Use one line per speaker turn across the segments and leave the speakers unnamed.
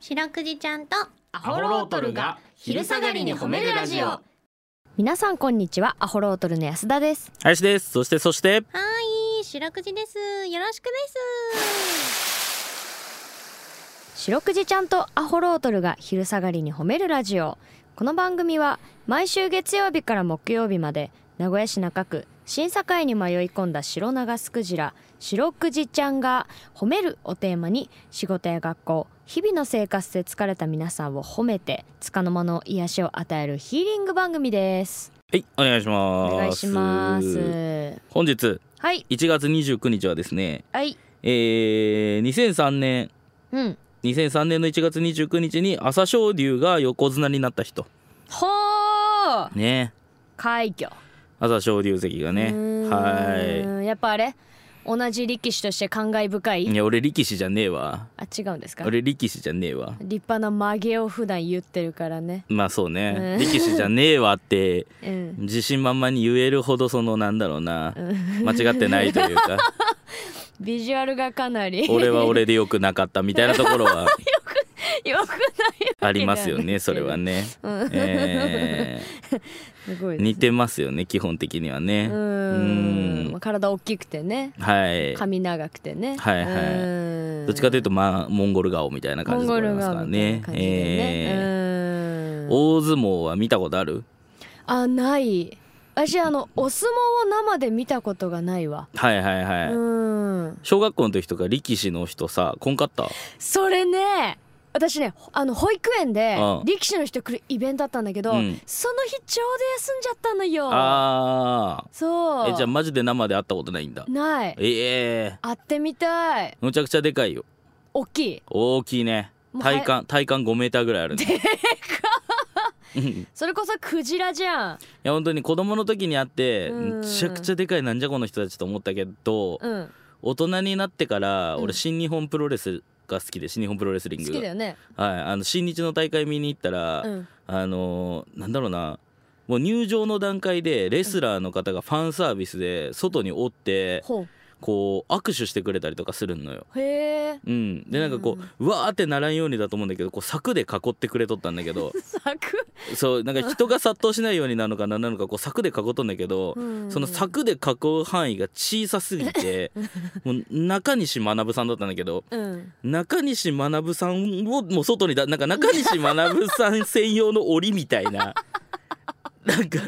白くじちゃんとア
ホロートルが昼下がりに褒めるラジオ
皆さんこんにちはアホロートルの安田です
林です。そしてそして、
はーい白くじですよろしくです
白くじちゃんとアホロートルが昼下がりに褒めるラジオこの番組は毎週月曜日から木曜日まで名古屋市中区審査会に迷い込んだ白長スクジラ白くじちゃんが褒めるをテーマに仕事や学校日々の生活で疲れた皆さんを褒めて束の間の癒しを与えるヒーリング番組です
はい、お願いし
お
ます。
願いします
本日
はい
1月29日はですね、
はい
えー、2003年、
うん
2003年の1月29日に朝青龍が横綱になった人。
ほー
ね。
快挙
朝青龍関がね。
う
は
ーんやっぱあれ同じ力士として感慨深
い。い
い
や、俺力士じゃねえわ。
あ違うんですか立
俺力士じゃねえわ。
派な曲げを普段言ってるからね
まあそうね、
うん
力士じゃねえわって
うん
自信満々に言えるほどそのなんだろうな間違ってないというか
ビジュアルがかなりよ
俺は俺でよくなかったみたいなところは
くないわけだ
ありますよねそれはね、
うん
え
すごい
ー
です
似てますよね基本的にはね
うー
うん
んまあ体大きくてね
はい
髪長くてね
はいはいう
ーん
どっちかというとまあモンゴル顔みたいな感
モ
じ
ン
でご
ゴ
ざい
ル
ますか
が
ら
みたい
ね
な感じでね
えー
うーん
大相撲は見たことある
あない私あのお相撲を生で見たことがないわ
はいはいうはい、
ーん
小学校の時とか力士の人さこんかった
それね私ねほあの保育園で
うん
力士の人来るイベントあったんだけど、
うん
その日ちょうど休んじゃったのよ
あ
そう
ーえじゃあマジで生で会ったことないんだ
ない
ええ
会ってみたい
むちゃくちゃでかいよ
大きい
大きいね
もう
体感体感5メーターぐらいあるでかい
それこそクジラじゃん
いや本当に子供の時に会って
うん
めちゃくちゃでかいなんじゃこの人たちと思ったけど、
うん
大人になってから
うん
俺新日本プロレスが好きで新日本プロレスリング
好きだ
が、
よね
はい、あの新日の大会見に行ったら、
うん
あのーなんだろうなもう入場の段階でレスラーの方がファンサービスで外におって
ほ
こう握手してくれたりとかするのよ。
うへえ
うん、でなんかこう,、うわーってならんようにだと思うんだけどこう柵で囲ってくれとったんだけど
柵、
そうなんか人が殺到しないようになるのかななのかこう柵で囲っとんだけど、
うん
その柵で囲う範囲が小さすぎ てもう中西学さんだったんだけど
うん
中西学さんをもう外にだなんか中西学さん専用の檻みたい ななんか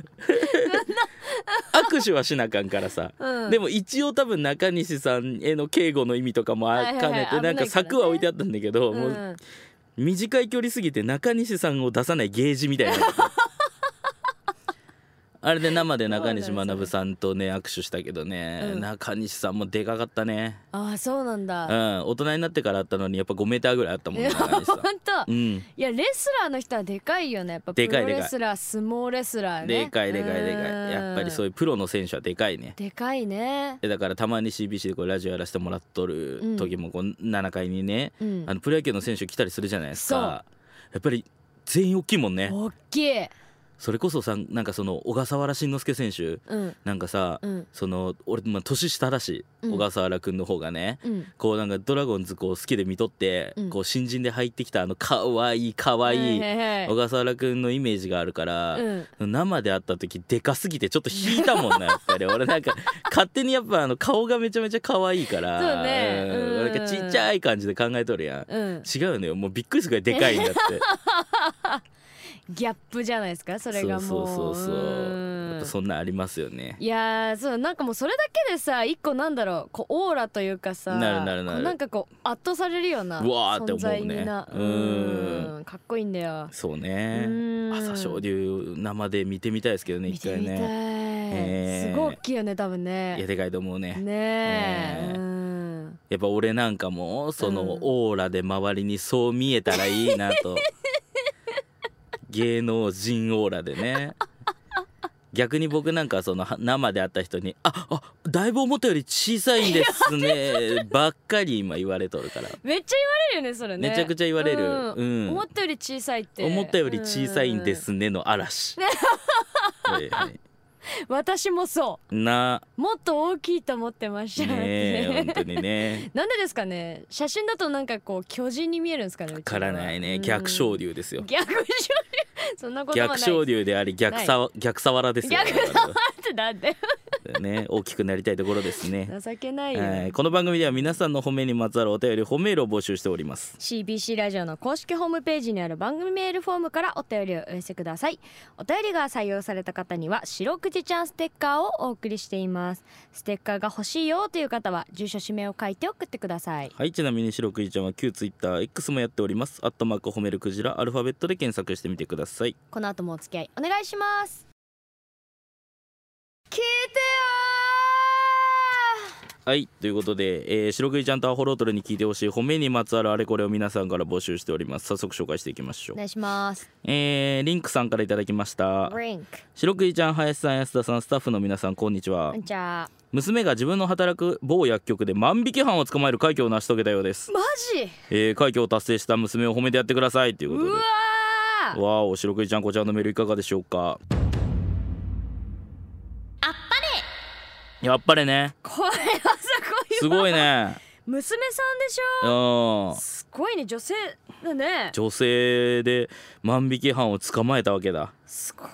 握手はしなあかんからさ。
うん
でも一応多分中西さんへの敬語の意味とかもあ
はいはいはい
兼ねてなんか柵は置いてあったんだけども
う
うん短い距離すぎて中西さんを出さないゲージみたい なあれで生で中西学さんとね握手したけどね、
うん
中西さんもでかかったね、
ああそうなん
う
だ、
ん、大人になってからあったのにやっぱ5メーターぐらいあったもん
い
ね
や
中西
ほ
さん
んと
うん
いやレスラーの人はでかいよねやっぱプ
でかい
ロ
でかい
レスラー相撲レスラーね
でかいでかいでかいやっぱりそう
い
いうプロの選手はでかいね
でかいね
でだからたまに CBC でこうラジオやらせてもらっとる時もこう7階にね、
うん
あのプロ野球の選手来たりするじゃないです
そう
かやっぱり全員大きいもんね
大きい
それこそさなんかその小笠原慎之介選手
うん
なんかさ、
うん
その俺、まあ、年下だし
うん
小笠原君の方がね、
うん
こうなんかドラゴンズこう好きで見とって、
うん
こう新人で入ってきたあのかわいいか
は
わいい
はいはい
小笠原君のイメージがあるから、
うん
生で会った時でかすぎてちょっと引いたもんなやっぱ り俺なんか勝手にやっぱあの顔がめちゃめちゃ可愛いから
そうね
うん
う
な
ん
んかちっちゃい感じで考えとるやん
うん
違うのよもうびっくりするぐらいでかいんだって
ギャップじゃないですかそれがもう
そうそうそうそう
うん
やっぱそんなんありますよね
いやーそうなんかもうそれだけでさ一個なんだろうこうオーラというかさ
なるなるなる
こうなんかこう圧倒されるような
うわーって
存在
思うね
にな
うん
うんかっこいいんだよ
そうね
うん
朝青龍生で見てみたいですけどね
見
一
て
回
みたい、
ねえー
すごい大きいよね多分
いや
ね
でかいと思うね
ね
え
え、
ー
うん
やっぱ俺なんかもその
うん
オーラで周りにそう見えたらいいな と芸能人オーラでね逆に僕なんかそのは生で会った人に「ああだいぶ思ったより小さいんですね」ばっかり今言われとるから、
めっちゃ言われるよねそれね
めちゃくちゃ言われる、うん
うん思ったより小さいって
思ったより小さいんですねの嵐、はいはい
私もそ
な
うもっと大きいと思ってました
ねえ
ね
本当にね
なんでですかね写真だとなんかこう巨人に見えるんですかねわ
わからないね逆昇竜ですよ
逆昇竜そんなことはない
逆昇竜であり逆さわ逆さわらですよ
逆さわってだって
ね大きくなりたいところですね
情けないよ、
はいこの番組では皆さんの褒めにまつわるお便り褒めるを募集しております
CBC ラジオの公式ホームページにある番組メールフォームからお便りをお寄せくださいお便りが採用された方には白くじちゃんステッカーをお送りしていますステッカーが欲しいよという方は住所氏名を書いて送ってください
はいちなみに白くじちゃんは旧ツイッター X もやっておりますアットマーク褒めるクジラアルファベットで検索してみてください
この後もお付き合いお願いします聞いてよ
はいということで、えー、白くじちゃんとアホロートルに聞いてほしい褒めにまつわるあれこれを皆さんから募集しております早速紹介していきましょ
ーお
う、
願いします
えー、リンクさんからいただきました
リンク
白くじちゃん林さん安田さんスタッフの皆さんこんにちは
こんにちは
娘が自分の働く某薬局で万引き犯を捕まえる快挙を成し遂げたようです、
マジ
えー、快挙を達成した娘を褒めてやってくださいということ
う
で
わー
わあお白くじちゃんこちらのメールいかがでしょうか
あっぱれ
やっぱりね
これはす
す
ごいわ
ご いね
娘さんでしょ
うん
すごいね女性だね
女性で万引き犯を捕まえたわけだ
すごい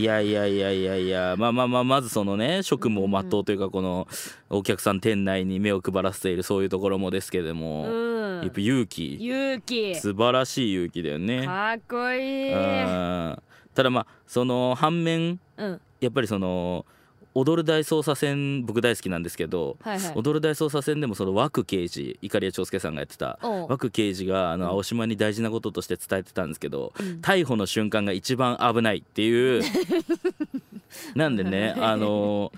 いやいやいやいやいやまあまあまあまずそのね職務を全うというかこのお客さん店内に目を配らせているそういうところもですけれど
な
も、
う
やっ
ん
ぱ勇気
勇気
素晴らしい勇気だよね
かっこいい
うんただまあその反面
うん
やっぱりその踊る大捜査線僕大好きなんですけど、
はいはい
踊る大捜査線でもその枠刑事いかりや長介さんがやってた
おう
枠刑事があの青島に大事なこととして伝えてたんですけど、
うん
逮捕の瞬間が一番危ないって いうなんでねあの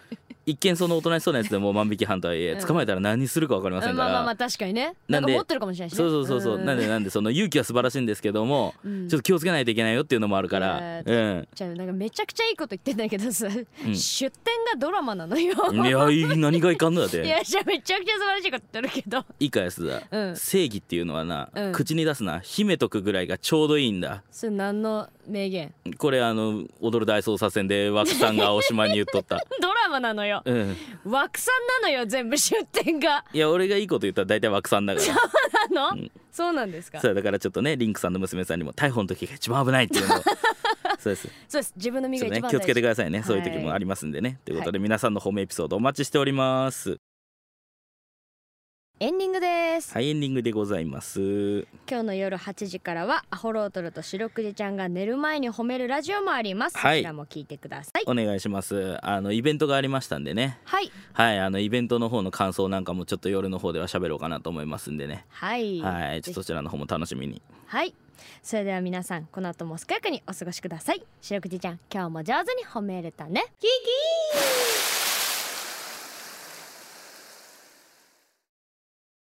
一見その大人しそうなやつでも万引き犯とはいえ
うん
捕まえたら何するか分かりませんか
まあまあま
ら
あ確かにね
な
なん
で
んか持ってるかもしれないしね
そうそうそうそうなんでなんでその勇気は素晴らしいんですけども
うん
ちょっと気をつけないといけないよっていうのもあるから
え
うん。
じゃあなんかめちゃくちゃいいこと言ってんだけどさ
ん
出典がドラマなのよ
いやいい何がいかんのだっ
い
て
やじゃあめちゃくちゃ素晴らしいこと言ってるけど
いいかやすだ、
うん
正義っていうのはな、
うん
口に出すな秘めとくぐらいがちょうどいいんだ
それ何の名言
これあの踊る大捜査線で枠さんが青島に言っとった、
ドラマなのよ
うん、
枠さんなのよ全部出典が
いや俺がいいこと言ったら大体枠さんだから
なのそうなんですか
そうだからちょっとねリンクさんの娘さんにも逮捕の時が一番危ないっていう のをそうです
そうです自分 の身
ちょ
が
っと
一
ね
番
気をつけてく
だ
ださいね、そういう時もありますんでねということで皆さんの褒めエピソードお待ちしております
エンディングです
はいエンディングでございます
今日の夜8時からはアホロートルと白くじちゃんが寝る前に褒めるラジオもあります、
はい
こちらも聞いてください
お願いしますあのイベントがありましたんでね
はい
はいあのイベントの方の感想なんかもちょっと夜の方では喋ろうかなと思いますんでね
はい
はいちょっ
ぜひ
とそちらの方も楽しみに
はいそれでは皆さんこの後も健やかにお過ごしください白くじちゃん今日も上手に褒めれたねキキー